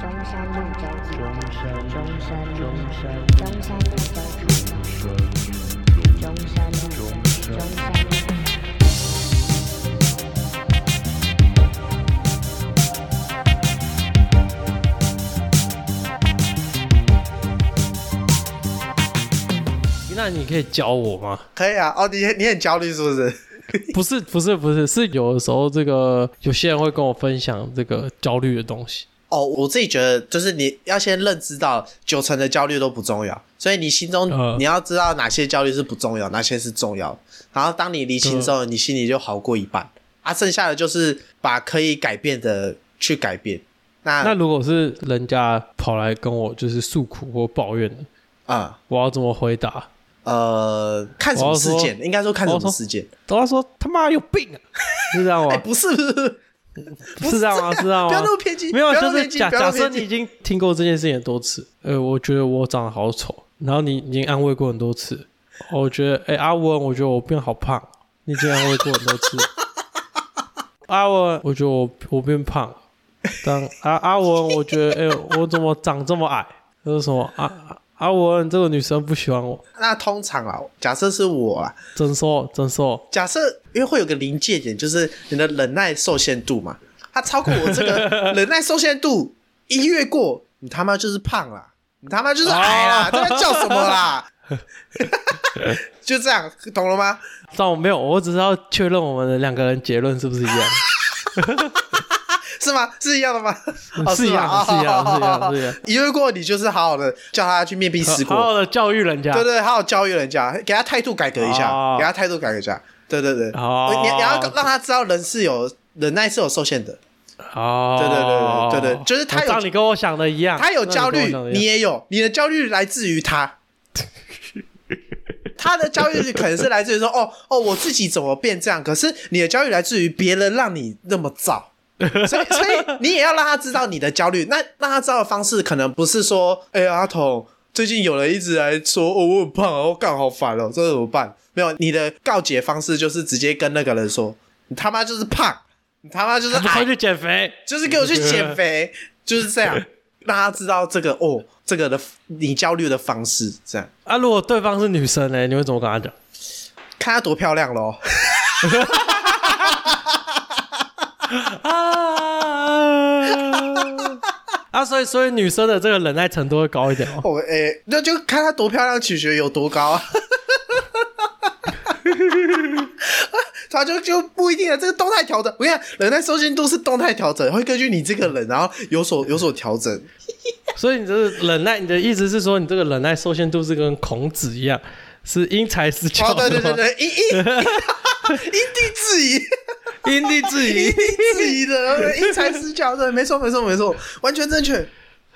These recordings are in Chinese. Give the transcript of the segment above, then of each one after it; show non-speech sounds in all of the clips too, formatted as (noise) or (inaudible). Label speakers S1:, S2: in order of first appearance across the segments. S1: 中山路中
S2: 中山路
S1: 中山路
S2: 中山路
S1: 中山路中中山路中山路。
S3: 那你可以教我吗？
S2: 可以啊。哦，你你很焦虑是不是？
S3: 不是，不是，不是，是有的时候这个有些人会跟我分享这个焦虑的东西。
S2: 哦，我自己觉得就是你要先认知到九成的焦虑都不重要，所以你心中、
S3: 呃
S2: 你要知道哪些焦虑是不重要，哪些是重要。然后当你理清之后，
S3: 嗯
S2: 你心里就好过一半啊。剩下的就是把可以改变的去改变。那
S3: 那如果是人家跑来跟我就是诉苦或抱怨的，
S2: 啊、
S3: 我要怎么回答？
S2: 呃，看什么事
S3: 我要
S2: 件？应该说看什
S3: 我
S2: 么
S3: 要说
S2: 事件？
S3: 都要说他妈有病啊，是这样
S2: 哎、
S3: 吗？
S2: 不是，不是，不
S3: 是这样吗？是这样
S2: (laughs) 不要那么
S3: 吗？
S2: 偏激，
S3: 啊没有，
S2: 不要那
S3: 就
S2: 么
S3: 是
S2: 偏激
S3: 假
S2: 不要那
S3: 假
S2: 么
S3: 设
S2: 偏
S3: 你
S2: 激
S3: 已经听过这件事情很多次，呃，我觉得我长得好丑，然后你已经安慰过很多次，哦我觉得，哎、阿文，我觉得我变好胖，你已经安慰过很多次，
S2: (laughs)
S3: 阿文，我觉得我我变胖了，当阿阿文，我觉得，哎、我怎么长这么矮？这是什么？阿、阿阿文，这个女生不喜欢我，
S2: 那通常啊，假设是我啊啦，
S3: 真瘦真瘦，
S2: 假设因为会有个临界点，就是你的忍耐受限度嘛，它超过我这个忍耐受限度一越过，你他妈就是胖啦，你他妈就是矮啦，
S3: 哦
S2: 这边叫什
S3: (laughs)
S2: 么啦？就这样，懂了吗？
S3: 但我没有，我只是要确认我们的两个人结论是不是一样。是
S2: 是吗？是一样的吗？哦、
S3: 嗯是一样
S2: 吗
S3: 是一样
S2: 哦
S3: 是一样哦
S2: 哦哦 (laughs)
S3: 是一样
S2: 一越过你就是好好的叫他去面壁思
S3: 好好
S2: 过，
S3: 的教育人家，
S2: 对对，好好教育人家，给他态度改革一下，
S3: 哦
S2: 给他态度改革一下，对对对，
S3: 哦
S2: 你你要让他知道人是有忍耐是有受限的，
S3: 哦，
S2: 对对对对对就是他有
S3: 让你跟我想的一样，
S2: 他有焦虑
S3: 让，
S2: 你
S3: 跟我想的一样
S2: 也有，你的焦虑来自于
S3: (laughs)
S2: 他。他的焦虑可能是来自于说，哦哦，我自己怎么变这样？可是你的焦虑来自于别人让你那么躁，
S3: (laughs)
S2: 所以所以你也要让他知道你的焦虑。那让他知道的方式，可能不是说，哎、阿童，最近有人一直来说，哦，我很胖哦，干好烦哦，这怎么办？没有，你的告解方式就是直接跟那个人说，你他妈就是胖，你他妈就是
S3: 你快
S2: 矮，
S3: 去减肥，
S2: 就是给我去减肥，就是这样，让他知道这个哦，这个的你焦虑的方式，这样
S3: 啊！如果对方是女生呢，你会怎么跟
S2: (laughs)
S3: 她讲？
S2: 看她多漂亮咯。
S3: 啊 (laughs) 啊！所以所以女生的这个忍耐程度会高一点
S2: (laughs)
S3: 哦。
S2: 哦，诶、那就看她多漂亮，取决有多高啊。他就就不一定了，这个动态调整，我跟你讲，人耐受限度是动态调整，会根据你这个人，然后有所有所调整。
S3: 所以你这个忍耐，你的意思是说，你这个忍耐受限度是跟孔子一样，是因材施教
S2: 哦，
S3: 的吗？
S2: 对对对对，因因因地制宜。
S3: 对， (laughs) 因地制
S2: (laughs)
S3: 宜。
S2: 质疑的，因材施教，对，没错，没错，没错，完全正确。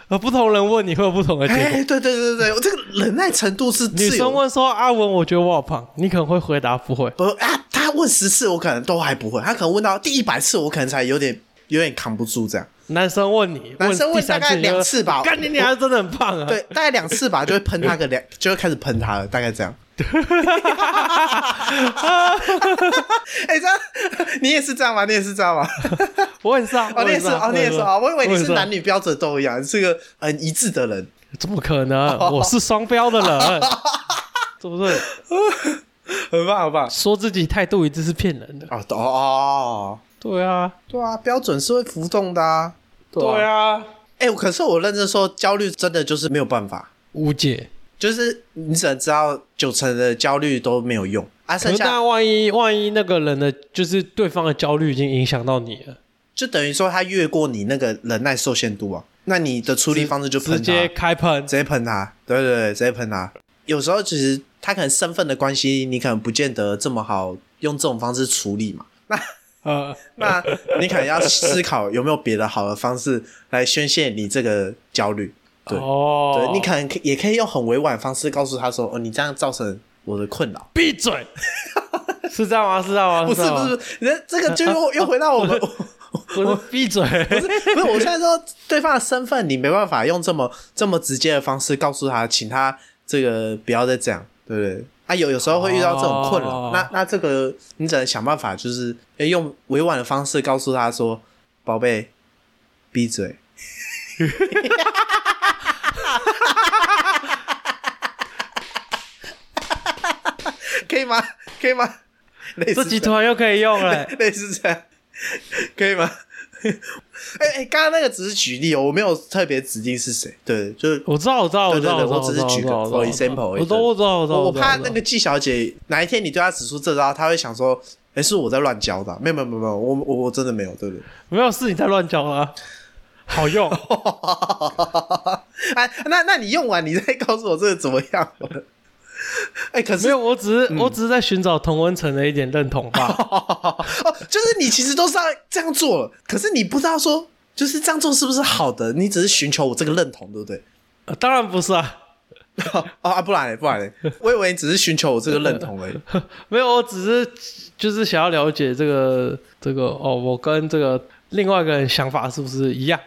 S3: 呃，不同人问你会有不同的结果。
S2: 哎，对对对对，我这个忍耐程度是
S3: 女
S2: 自由
S3: 生问说：“阿文，我觉得我好胖。”你可能会回答不会。
S2: 不啊，他问十次我可能都还不会，他可能问到第一百次我可能才有点有点扛不住这 (laughs) 样。
S3: 男生问你，
S2: 男生
S3: 第
S2: 问大
S3: 三
S2: 概
S3: 次你就
S2: 两次吧，
S3: 干你娘，真的很胖啊！
S2: 对，大概两次吧，就会喷他个两， (laughs) 就会开始喷他了，大概这 (laughs) 样。哎、这样你也是这样吗？你也是这 (laughs) 样吗？
S3: 我很上，
S2: 哦，
S3: 我
S2: 你也
S3: 很
S2: 是，
S3: 上
S2: 哦，你也是
S3: 很
S2: 哦，
S3: 上
S2: 我以为你
S3: 很
S2: 是
S3: 上
S2: 男女标准都一样，你是个很一致的人。
S3: 怎么可能？
S2: 哦
S3: 我是双标的人，
S2: (laughs)
S3: 对不对？
S2: 很棒，很棒。
S3: 说自己态度一致是骗人的。
S2: 哦，哦哦，
S3: 对啊，
S2: 对啊，标准是会浮动的啊。
S3: 对啊，
S2: 哎、我可是我认真说，焦虑真的就是没有办法，
S3: 误解。
S2: 就是你只能知道九成的焦虑都没有用啊，
S3: 可
S2: 剩
S3: 是
S2: 下
S3: 那万一万一那个人的就是对方的焦虑已经影响到你了，
S2: 就等于说他越过你那个忍耐受限度啊，那你的处理方式就喷
S3: 直
S2: 他，
S3: 接开喷
S2: 直。接喷他，对对对，直接喷他。有时候其实他可能身份的关系，你可能不见得这么好用这种方式处理嘛，
S3: 呃，
S2: 那你可能要思考有没有别的好的方式来宣泄你这个焦虑。对
S3: 哦
S2: 对，你可能可也可以用很委婉的方式告诉他说：“哦，你这样造成我的困扰。
S3: 闭
S2: (laughs)
S3: 嘴，是这样吗？是这样吗？
S2: 不是
S3: 这样
S2: 不
S3: 吗
S2: 是，不是，那这个就又又回到我们， (laughs)
S3: 不是闭嘴，
S2: 不
S3: (laughs)
S2: 是不是，我现在说对方的身份，你没办法用这么这么直接的方式告诉他，请他这个不要再这样，对不对？啊，有有时候会遇到这种困扰，
S3: 哦
S2: 那那这个你只能想办法，就是呃用委婉的方式告诉他说：“宝贝，闭嘴。” (laughs) 可以吗？可以吗？类
S3: 这
S2: 似
S3: 集
S2: 这
S3: 突
S2: 样
S3: 然又可以用了、
S2: (laughs) 类似这样，可以吗？ (laughs) 哎、哎，刚、刚那个只是举例哦，我没有特别指定是谁。对，就是
S3: 我知道，我知道，
S2: 对
S3: 知道，
S2: 对
S3: 我知道，
S2: 对我只是
S3: 知道
S2: 举个
S3: 我知道
S2: for
S3: 我知道
S2: example 而已
S3: 我都我知道，我知道，
S2: 我我
S3: 知道
S2: 怕那个纪小姐哪一天你对她使出这招，她会想说：“哎、是我在乱教的啊、没有没有没有没有，我我我真的没有，对不对？
S3: 没有事，你在乱讲
S2: (laughs)
S3: 了，好用，
S2: 哎、那那你用完你再告诉我这个怎么样？ (laughs) 哎、可
S3: 没
S2: 是
S3: 有，我只是我只是在寻找童文成的一点认同
S2: (laughs)
S3: 吧。
S2: (laughs) 哦，就是你其实都是要这样做了，可是你不知道说就是这样做是不是好的，你只是寻求我这个认同，对不 (laughs) 对？
S3: 呃当然不是啊，
S2: 哦啊，不然嘞，不然嘞，我以为你只是寻求我这个认同而已。
S3: 没有，我只是就是想要了解这个这个哦，我跟这个另外一个人想法是不是一样？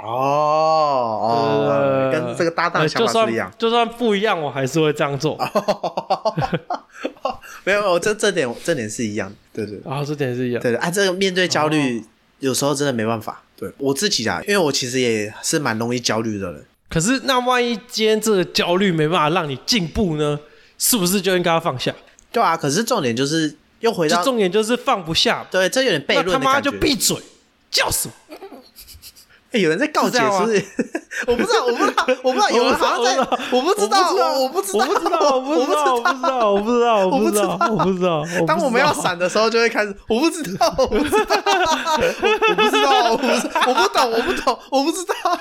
S2: 哦哦，
S3: 呃
S2: 跟这个搭档的
S3: 呃
S2: 想
S3: 就
S2: 法是一
S3: 算
S2: 样。哦
S3: 就算不一样，我还是会这样做。
S2: 没呃有，没有这这点这点是一样的，对对对
S3: 然后这点是一样，
S2: 对对啊，这个面对焦虑、有时候真的没办法。对我自己啊，因为我其实也是蛮容易焦虑的人。
S3: 可是那万一今天这个焦虑没办法让你进步呢？是不是就应该要放下？
S2: 对啊，可是重点就是又回
S3: 这
S2: 到
S3: 重点就是放不下，
S2: 对，这有点悖
S3: 那
S2: 论的
S3: 他妈
S2: 感觉。
S3: 就闭
S2: (laughs)
S3: 嘴，叫什么？
S2: 欸有人在告解，
S3: 是这样
S2: 是
S3: 吗
S2: 不是？我不知道，我不知道，我不知道，有人好像在，我不知道，我
S3: 我
S2: 不知道，
S3: 我不知道，我不知道，我不知道，我不知道，我不知道，我不知道。
S2: 当我们要闪的时候，就会开始，我不知道，我不知道，我不知道，我不知道，我不懂，我不懂，我不知道。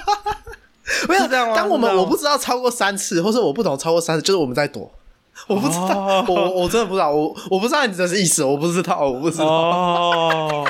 S2: 没有
S3: 是这样吗
S2: 当我们
S3: 是这样吗
S2: 我不知道超过三次，或者我不懂超过三次，就是我们在躲。我不知道
S3: 哦，
S2: 我我我真的不知道，我我不知道你的意思，我不知道，我不知道，
S3: 哦，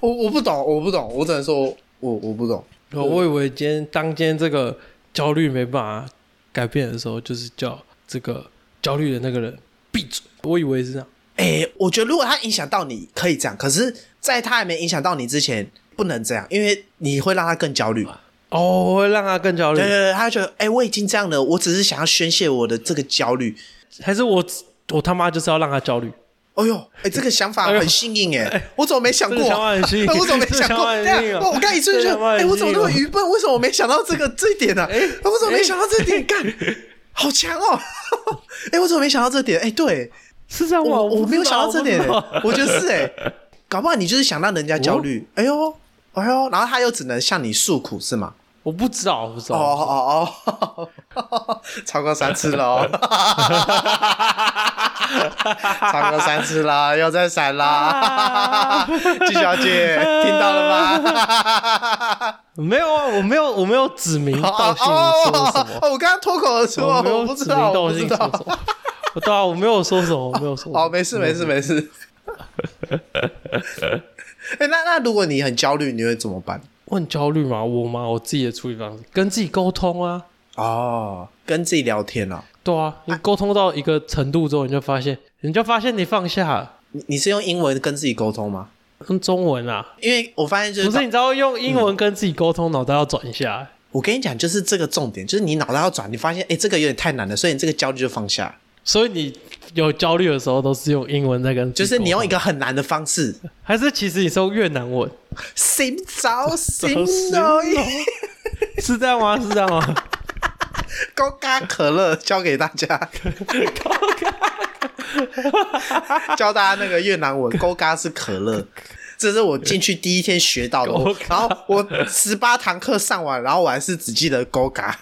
S2: 我我不懂，我不懂，我只能说我我不懂。
S3: 我以为今天当今天这个焦虑没办法改变的时候，就是叫这个焦虑的那个人闭嘴。我以为是这样，
S2: 哎、我觉得如果它影响到你，可以这样，可是，在它还没影响到你之前，不能这样，因为你会让他更焦虑。
S3: 哦，我会让他更焦虑
S2: 对，对对，他就觉得，哎、我已经这样了，我只是想要宣泄我的这个焦虑。
S3: 还是我我他妈就是要让他焦虑？
S2: 哎呦，哎、这个想法
S3: 哎呦
S2: 很新颖哎、我怎么没想过？
S3: 这个想法很新颖
S2: 哎我怎么没想
S3: 这个想
S2: 过？
S3: 法
S2: 对
S3: 很
S2: 呀
S3: 新颖，哦
S2: 我我刚一瞬
S3: 这个
S2: 间就，
S3: 想法
S2: 哎、
S3: 很
S2: 我怎么那么
S3: 新啊
S2: 愚笨？为什么我没想到这个这一点呢、啊？哎、我怎么没想到这一
S3: (laughs)
S2: 点？干，好强哦！哎、我怎么没想到这点？哎、对
S3: 是这样吗？
S2: 我
S3: 我
S2: 我没有想到这点、哎
S3: 我
S2: 我觉得是哎、
S3: (laughs)
S2: 搞不好你就是想让人家焦
S3: 哦
S2: 虑。哎呦，哎呦，然后他又只能向你诉苦是吗？
S3: 我不知道，我不知
S2: 哦
S3: 道。
S2: 哦哦哦，超过三次了哦，超过三次了，又在闪啦，季小姐听到了吗？
S3: 没有啊，我没有，我没有指名
S2: 啊
S3: 道姓说什么
S2: 哦，。我刚刚脱口而出，
S3: 我没
S2: 我
S3: 有
S2: 不
S3: 指
S2: 知
S3: 名
S2: 道，我
S3: 道
S2: 不
S3: 姓
S2: 知
S3: 说
S2: 道。
S3: 什么。我对啊，我没有说什么，我没有
S2: (laughs)
S3: 说什么。
S2: 哦，没事没事没事。哎，那那如果你很焦虑，你会怎么办？
S3: 我很焦虑嘛，我嘛，我自己的处理方式，跟自己沟通啊，
S2: 哦，跟自己聊天哦。
S3: 对啊，你沟通到一个程度之后，你就发现，你就发现你放下了，
S2: 你你是用英文跟自己沟通吗？
S3: 用中文啊，
S2: 因为我发现就
S3: 不
S2: 是
S3: 是，你知道用英文跟自己沟通，脑袋要转一下，
S2: 我跟你讲，就是这个重点，就是你脑袋要转，你发现哎、诶这个有点太难了，所以你这个焦虑就放下，
S3: 所以你有焦虑的时候都是用英文在跟自己
S2: 就
S3: 沟通，
S2: 是你用一个很难的方式，
S3: 还是其实你是用越南
S2: (laughs)
S3: 文，
S2: 寻找心
S3: 找
S2: 容
S3: 心是这样吗？是这样吗？
S2: 高咖可乐教给大家，教大家那个越南文，高咖是可乐。这是我进去第一天学到的，
S3: 勾
S2: 我
S3: 嘎
S2: 然后我十八堂课上完，然后我还是只记得勾嘎，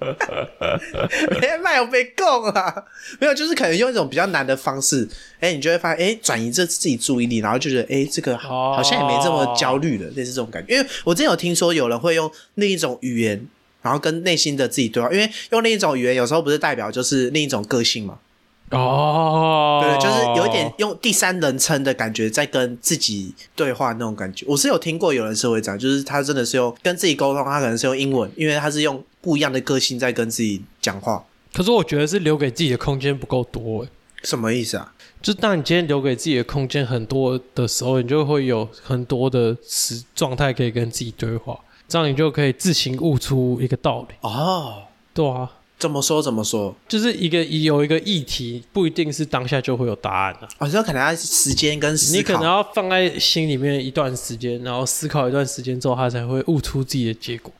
S2: 哎，麦有被供啊，没有，就是可能用一种比较难的方式，哎、你就会发现，哎、转移这自己注意力，然后就觉得，哎、这个好好像也没这么焦虑了，类似这种感觉。因为我之前有听说有人会用另一种语言，然后跟内心的自己对话，因为用另一种语言有时候不是代表就是另一种个性嘛，
S3: (laughs) 哦，
S2: 对，就是有一点用第三人称的感觉在跟自己对话那种感觉。我是有听过有人是会这样，就是他真的是用跟自己沟通，他可能是用英文，因为他是用不一样的个性在跟自己讲话，
S3: 可是我觉得是留给自己的空间不够多、欸，
S2: 什么意思啊？
S3: 就当你今天留给自己的空间很多的时候，你就会有很多的时状态可以跟自己对话，这样你就可以自行悟出一个道理。
S2: 哦，
S3: 对啊，
S2: 怎么说怎么说？
S3: 就是一个有一个议题，不一定是当下就会有答案的、啊
S2: 哦，说可能要时间跟思考
S3: 你可能要放在心里面一段时间，然后思考一段时间之后，他才会悟出自己的结果。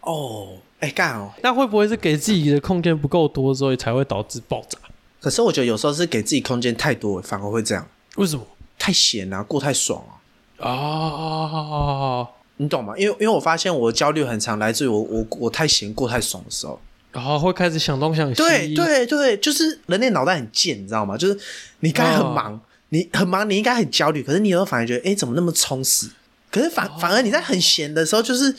S2: 哦，哎干哦。
S3: 那会不会是给自己的空间不够多之后，才会导致爆炸？
S2: 可是我觉得有时候是给自己空间太多，反而会这样，
S3: 为什么？
S2: 太闲啊，过太爽啊，
S3: 哦
S2: 你懂吗？因为因为我发现我焦虑很常来自于我我我太闲过太爽的时候。
S3: 然后会开始想东想西，
S2: 对对对，就是人类脑袋很贱，你知道吗？就是你该很
S3: 哦
S2: 忙，你很忙，你应该很焦虑，可是你又反而觉得，哎，怎么那么充实？可是
S3: 哦
S2: 反、反而你在很闲的时候，就是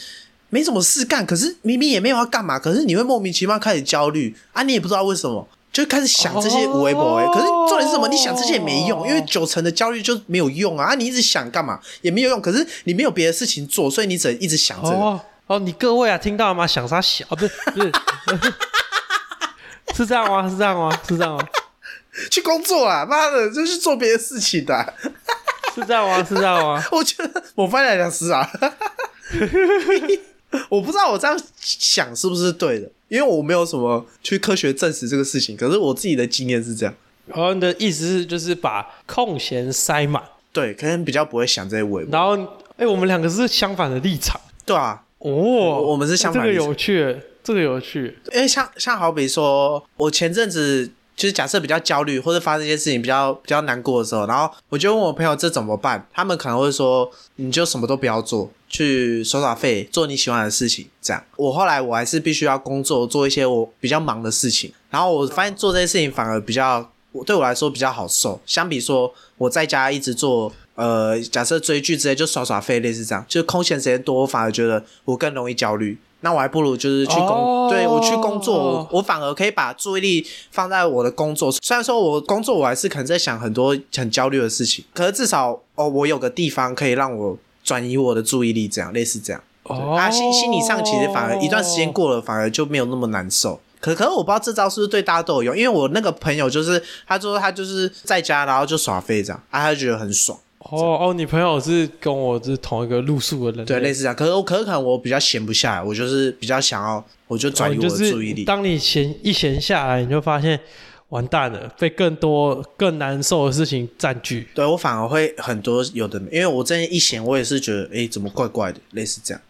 S2: 没什么事干，可是明明也没有要干嘛，可是你会莫名其妙开始焦虑啊，你也不知道为什么。就开始想这些微博哎，
S3: 哦
S2: 可是重点是什么？你想这些也没用，因为九成的焦虑就没有用啊！啊你一直想干嘛也没有用，可是你没有别的事情做，所以你只能一直想这个。
S3: 哦哦，你各位啊，听到了吗？想啥想？啊不是不是， (laughs) 是这样吗？是这样吗？是这样吗？
S2: 去工作啦，妈的，就去做别的事情的啊、
S3: 是这样吗？是这样吗？
S2: 我觉得我翻来两是啊，我不知道我这样想是不是对的，因为我没有什么去科学证实这个事情，可是我自己的经验是这样。
S3: 然后你的意思是就是把空闲塞满，
S2: 对，可能比较不会想这些尾巴。
S3: 然后哎，我们两个是相反的立场
S2: 对啊，
S3: 哦，
S2: 我们是相反
S3: 这
S2: 立
S3: 个
S2: 场
S3: 有趣，这个有趣，
S2: 因为像像好比说，我前阵子就是假设比较焦虑或者发生一些事情比较比较难过的时候，然后我就问我朋友这怎么办，他们可能会说你就什么都不要做，去耍耍废，做你喜欢的事情。这样，我后来我还是必须要工作，做一些我比较忙的事情，然后我发现做这些事情反而比较我对我来说比较好受，相比说我在家一直做。呃，假设追剧之类就耍耍废，类似这样，就是空闲时间多，我反而觉得我更容易焦虑。那我还不如就是去工
S3: 哦
S2: 对我去工作，我我反而可以把注意力放在我的工作。虽然说我工作我还是可能在想很多很焦虑的事情，可是至少哦，我有个地方可以让我转移我的注意力，这样类似这样。
S3: 哦，
S2: 啊，心心理上其实反而一段时间过了，反而就没有那么难受。可可是我不知道这招是不是对大家都有用，因为我那个朋友就是他说他就是在家然后就耍废这样，啊，他就觉得很爽，
S3: 哦哦，你朋友是跟我是同一个路数的人，
S2: 对，类似这样。可是我可是可能我比较闲不下来，我就是比较想要，我就转
S3: 哦
S2: 移
S3: 你
S2: 我
S3: 就
S2: 的
S3: 是
S2: 注意力。
S3: 当你闲一闲下来，你就发现完蛋了，被更多更难受的事情占据。
S2: 对我反而会很多有的没，因为我真的一闲，我也是觉得，哎，怎么怪怪的，类似这样。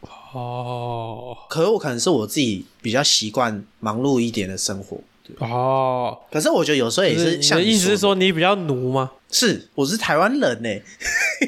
S3: 哦
S2: 可是我可能是我自己比较习惯忙碌一点的生活，对。
S3: 哦，
S2: 可是我觉得有时候也
S3: 就是你
S2: 像
S3: 的意思
S2: 你
S3: 是
S2: 说
S3: 说你比较奴吗？
S2: (laughs) 的，是我是台湾人呢、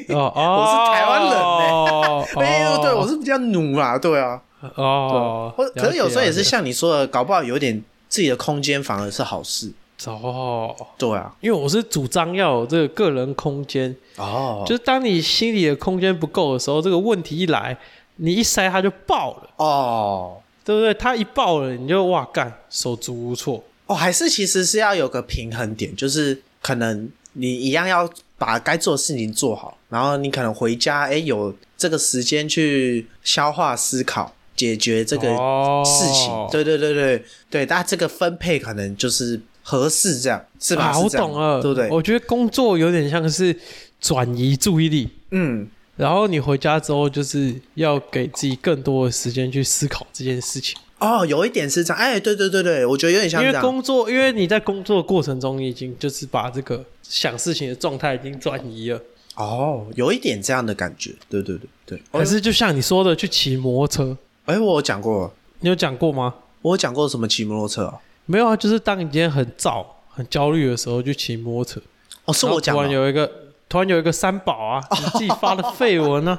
S3: 哦
S2: 我是台湾人欸，
S3: 哦
S2: 没有，对我
S3: 是
S2: 是比较奴啦，对啊，
S3: 哦，
S2: 或可
S3: 了
S2: 是
S3: 解
S2: 有时候也
S3: 了
S2: 是
S3: 解
S2: 像你说的，搞不好有点自己的空间反而是好事，
S3: 哦，
S2: 对啊，
S3: 因为我是主张要有这个个人空间，
S2: 哦
S3: 就是当你心里的空间不够的时候，这个问题一来，你一塞它就爆了，
S2: 哦
S3: 对不对？它一爆了，你就哇干，手足无措。
S2: 哦，还是其实是要有个平衡点，就是可能你一样要把该做的事情做好，然后你可能回家，哎，有这个时间去消化、思考、解决这个
S3: 哦
S2: 事情。对对对对对，但这个分配可能就是合适，这样是吧？
S3: 啊，我
S2: 是这样
S3: 懂了，
S2: 对不对？
S3: 我觉得工作有点像是转移注意力，
S2: 嗯，
S3: 然后你回家之后就是要给自己更多的时间去思考这件事情，
S2: 哦，有一点是这样，哎，对对对对，我觉得有点
S3: 因
S2: 像这
S3: 为
S2: 样。
S3: 工作，因为你在工作的过程中，你已经就是把这个想事情的状态已经转移了。
S2: 哦，有一点这样的感觉，对对对对。
S3: 可是就像你说的，去骑摩托车，
S2: 哎，我有讲过，
S3: 你有讲过吗？
S2: 我有讲过什么骑摩托车哦？
S3: 没有啊，就是当你今天很燥、很焦虑的时候，就骑摩托车。
S2: 哦，是
S3: 然后
S2: 我讲
S3: 突
S2: 的
S3: 然
S2: 哦。
S3: 有一个，突然有一个三宝 (laughs) 啊，你自己发的绯闻呢、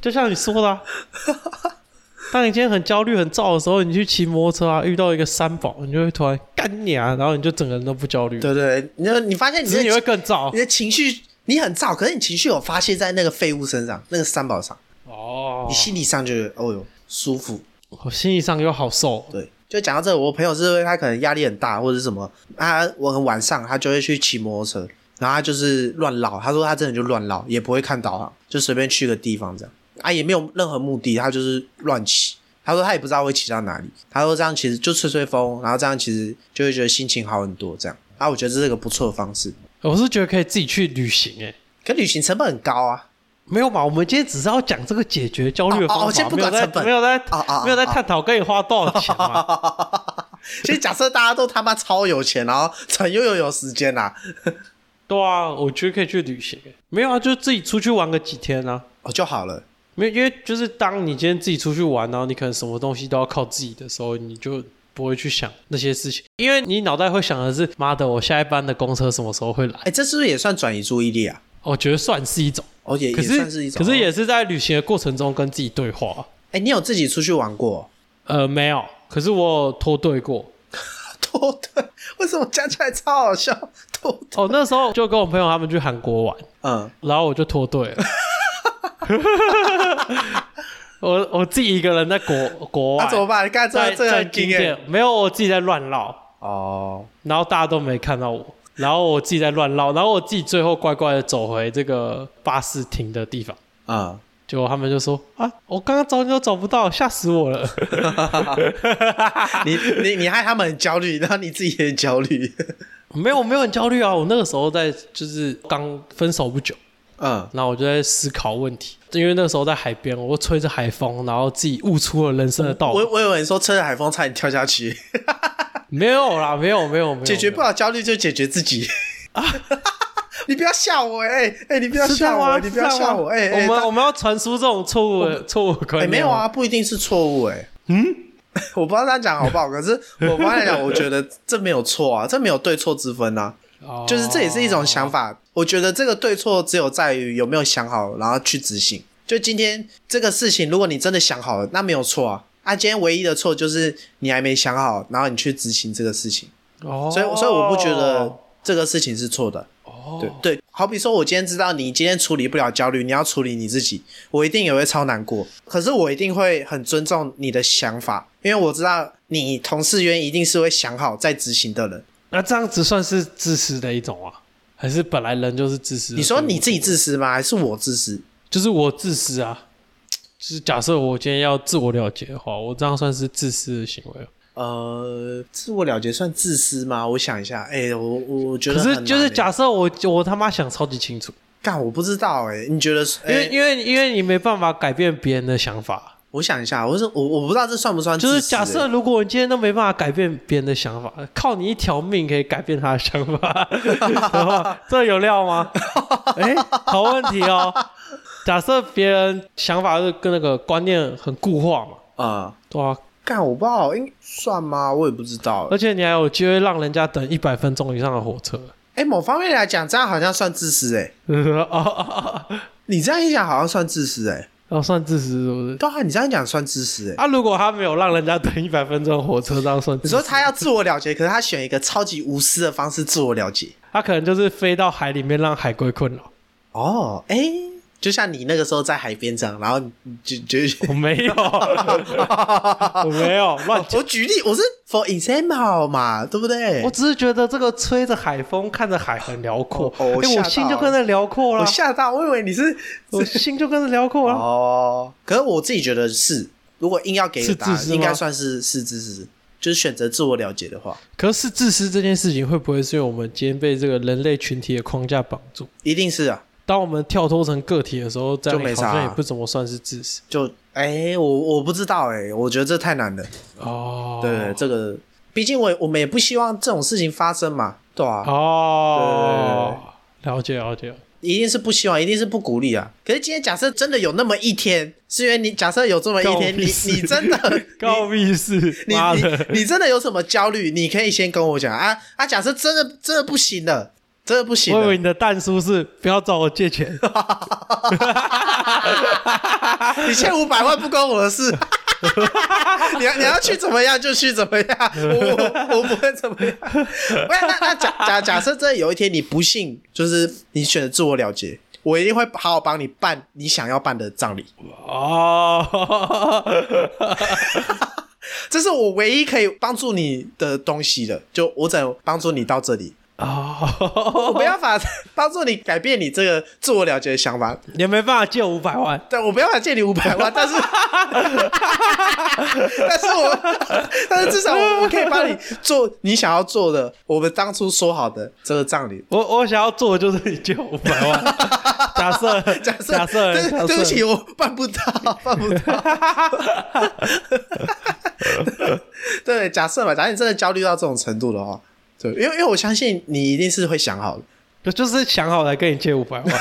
S3: 就像你说的、啊，当你今天很焦虑、很燥的时候，你去骑摩托车啊，遇到一个三宝，你就会突然干你啊，然后你就整个人都不焦虑，
S2: 对对，对你就你发现你
S3: 只是
S2: 的
S3: 你会更燥
S2: 你。的情绪你很燥，可是你情绪有发泄在那个废物身上，那个三宝上，
S3: 哦
S2: 你，心理上就觉得哦哟舒服。
S3: 我心理上又好受。
S2: 对，就讲到这，我朋友是他可能压力很大或者是什么，他我很晚上他就会去骑摩托车，然后他就是乱绕，他说他真的就乱绕，也不会看导航，就随便去个地方这样啊，也没有任何目的，他就是乱骑。他说他也不知道会骑到哪里，他说这样其实就吹吹风，然后这样其实就会觉得心情好很多这样啊，我觉得这是个不错的方式，
S3: 我是觉得可以自己去旅行、欸，哎，
S2: 可旅行成本很高啊，
S3: 没有嘛？我们今天只是要讲这个解决焦虑的
S2: 哦哦
S3: 方法，
S2: 哦先不
S3: 没有
S2: 管
S3: 在
S2: 成本
S3: 没有在
S2: 哦哦
S3: 没有在
S2: 哦
S3: 探讨可以花多少钱嘛？
S2: 其实假设大家都他妈超有钱，然后 (laughs) 陈悠悠有时间啊啦、
S3: 对啊，我觉得可以去旅行。没有啊，就是自己出去玩个几天啊。
S2: 哦就好了。
S3: 没有，因为就是当你今天自己出去玩，然后你可能什么东西都要靠自己的时候，你就不会去想那些事情，因为你脑袋会想的是，妈的，我下一班的公车什么时候会来？
S2: 哎、这是不是也算转移注意力啊？
S3: 我觉得算是一种，
S2: 哦，也
S3: 可
S2: 也
S3: 是
S2: 算是一种。
S3: 可是也
S2: 哎、
S3: 是在旅行的过程中跟自己对话。
S2: 你有自己出去玩过？ (laughs)
S3: 呃，没有，可是我有脱队过。
S2: 脱队？为什么讲起来超好笑？脱队？
S3: 哦，那时候就跟我朋友他们去韩国玩，
S2: 嗯，
S3: 然后我就脱队
S2: (laughs)
S3: 了。 (laughs) 我我自己一个人在国国
S2: 那、
S3: 外，
S2: 啊怎么办？你刚
S3: 在
S2: 才这这个
S3: 在
S2: 很
S3: 景
S2: 惊哎、
S3: 点没有，我自己在乱绕，
S2: 哦，
S3: 然后大家都没看到我，然后我自己在乱绕，然后我自己最后乖乖的走回这个巴士停的地方。
S2: 嗯，
S3: 结果他们就说啊，我刚刚找你都找不到，吓死我
S2: (laughs)
S3: 了。
S2: 你你你害他们很焦虑，然后你自己也很焦虑。 (laughs)
S3: 没有，我没有很焦虑啊，我那个时候在就是刚分手不久，
S2: 嗯，
S3: 然后我就在思考问题，因为那时候在海边，我吹着海风，然后自己悟出了人生的道理
S2: 我。我以为你说吹着海风差点跳下去，
S3: 没有啦，没有没有啊没有，
S2: 解决
S3: 没
S2: 不了焦虑就解决自己。 (laughs) 你不要吓我哎、哎、哎你不
S3: 有
S2: 要
S3: 是这样
S2: 吓我，
S3: 吗？
S2: 你不要
S3: 是这样
S2: 吓
S3: 吗
S2: 我哎哎、
S3: 我们
S2: 他
S3: 我们要传输这种错误的错误的观
S2: 哎、
S3: 念、
S2: 没有啊，，不一定是错误哎。嗯， (laughs) 我不知道他讲好不好，可是我帮他讲，我觉得这没有错啊，这没有对错之分啊，
S3: 哦
S2: 就是这也是一种想法。我觉得这个对错只有在于有没有想好，然后去执行。就今天这个事情，如果你真的想好了，那没有错啊。啊，今天唯一的错就是你还没想好，然后你去执行这个事情，
S3: 哦，
S2: 所以所以我不觉得这个事情是错的。
S3: 哦，
S2: 对对，好比说，我今天知道你今天处理不了焦虑，你要处理你自己，我一定也会超难过。可是我一定会很尊重你的想法，因为我知道你同事员一定是会想好再执行的人。
S3: 那这样子算是自私的一种啊，还是本来人就是自私的？
S2: 你说你自己自私吗？还是我自私？
S3: 就是我自私啊，就是假设我今天要自我了解的话，我这样算是自私的行为啊。
S2: 呃，自我了结算自私吗？我想一下，哎、我我我觉
S3: 可
S2: 得
S3: 是
S2: 很
S3: 就是
S2: 难欸
S3: 假设我我他妈想超级清楚，
S2: 干，我不知道哎、你觉得是？
S3: 因为、
S2: 哎
S3: 因为因为你没办法改变别人的想法，
S2: 我想一下，我是我我不知道这算不算自
S3: 就
S2: 私欸、
S3: 是假设如果你今天都没办法改变别人的想法，靠你一条命可以改变他的想法的话， (laughs) 这有料
S2: (laughs)
S3: 吗？哎、好问题哦。假设别人想法是跟那个观念很固化嘛，
S2: 啊，
S3: 对啊，
S2: 干、我不知道，应算吗？我也不知道欸、
S3: 而且你还有机会让人家等一百分钟以上的火车。
S2: 哎、某方面来讲，这样好像算自私哎、
S3: 哦哦哦，
S2: 你这样一讲，好像算自私哎、欸。
S3: 要算自私是不是？
S2: 对啊，你这样一讲算自私哎、欸。
S3: 啊，如果他没有让人家等一百分钟的火车，这样算自
S2: 你
S3: 私？
S2: 说他要自我了结，可是他选一个超级无私的方式自我了结。
S3: 他可能就是飞到海里面让海龟困扰。
S2: 哦，哎、就像你那个时候在海边这样，然后你就
S3: (laughs)
S2: 就就，
S3: 我没
S2: (laughs)
S3: 有，我没有乱讲。
S2: 我举例，我是 for example 嘛，对不对？
S3: 我只是觉得这个吹着海风，看着海很辽阔，
S2: 哦哦我
S3: 哎
S2: 吓
S3: 我
S2: 到
S3: 心就跟着辽阔
S2: 我
S3: 了，
S2: 吓到，我以为你是
S3: 我心就跟着辽阔了。
S2: 哦，可是我自己觉得是，如果硬要给一个
S3: 是
S2: 答
S3: 自
S2: 案，
S3: 私吗
S2: 应该算是是自私，就是选择自我了结的话，
S3: 可是自私这件事情，会不会是因为我们今天被这个人类群体的框架绑住？
S2: 一定是啊，
S3: 当我们跳脱成个体的时候，这样
S2: 就没
S3: 好
S2: 啥啊
S3: 像也不怎么算是自私
S2: 就哎、我我不知道哎、我觉得这太难了。
S3: 哦。
S2: 对，这个毕竟我我们也不希望这种事情发生嘛，对啊，
S3: 哦，了解了解。
S2: 一定是不希望，一定是不鼓励啊。可是今天假设真的有那么一天，是因为你假设有这么一天，
S3: 干我
S2: 你
S3: 屁事
S2: 你
S3: (laughs)
S2: 真的
S3: 告密室，
S2: 你
S3: 妈
S2: 你
S3: 的！
S2: 你你真的有什么焦虑，你可以先跟我讲啊啊！假设真的真的不行了，真的不行
S3: 我以为
S2: 了，
S3: 你的蛋叔是不要找我借钱， (laughs)
S2: 你欠五百万不关我的事。 (laughs) 你要你要去怎么样就去怎么样，我我我不会怎么样。不然那那假假假设真的有一天你不幸就是你选择自我了结，我一定会好好帮你办你想要办的葬礼，
S3: 哦， (laughs)
S2: 这是我唯一可以帮助你的东西了。就我只能帮助你到这里。
S3: 哦， (laughs)
S2: 我没办法 (laughs) 当做你改变你这个自我了结的想法，
S3: 也没办法借五百万，
S2: 但我没办法借你五
S3: (laughs)
S2: 百万，但是， (laughs) 但是我， (laughs) 但是至少我我可以帮你做你想要做的，我们当初说好的这个葬礼。
S3: 我我想要做的就是你借我五百
S2: (laughs)
S3: 万。假设
S2: 假设
S3: 假设假
S2: 对
S3: 设
S2: 对不起，我办不到， (laughs) 办不到。 (laughs) 对，假设嘛，假如你真的焦虑到这种程度的话，对，因为因为我相信你一定是会想好的，
S3: 就就是想好来跟你借五百
S2: (laughs)
S3: 万，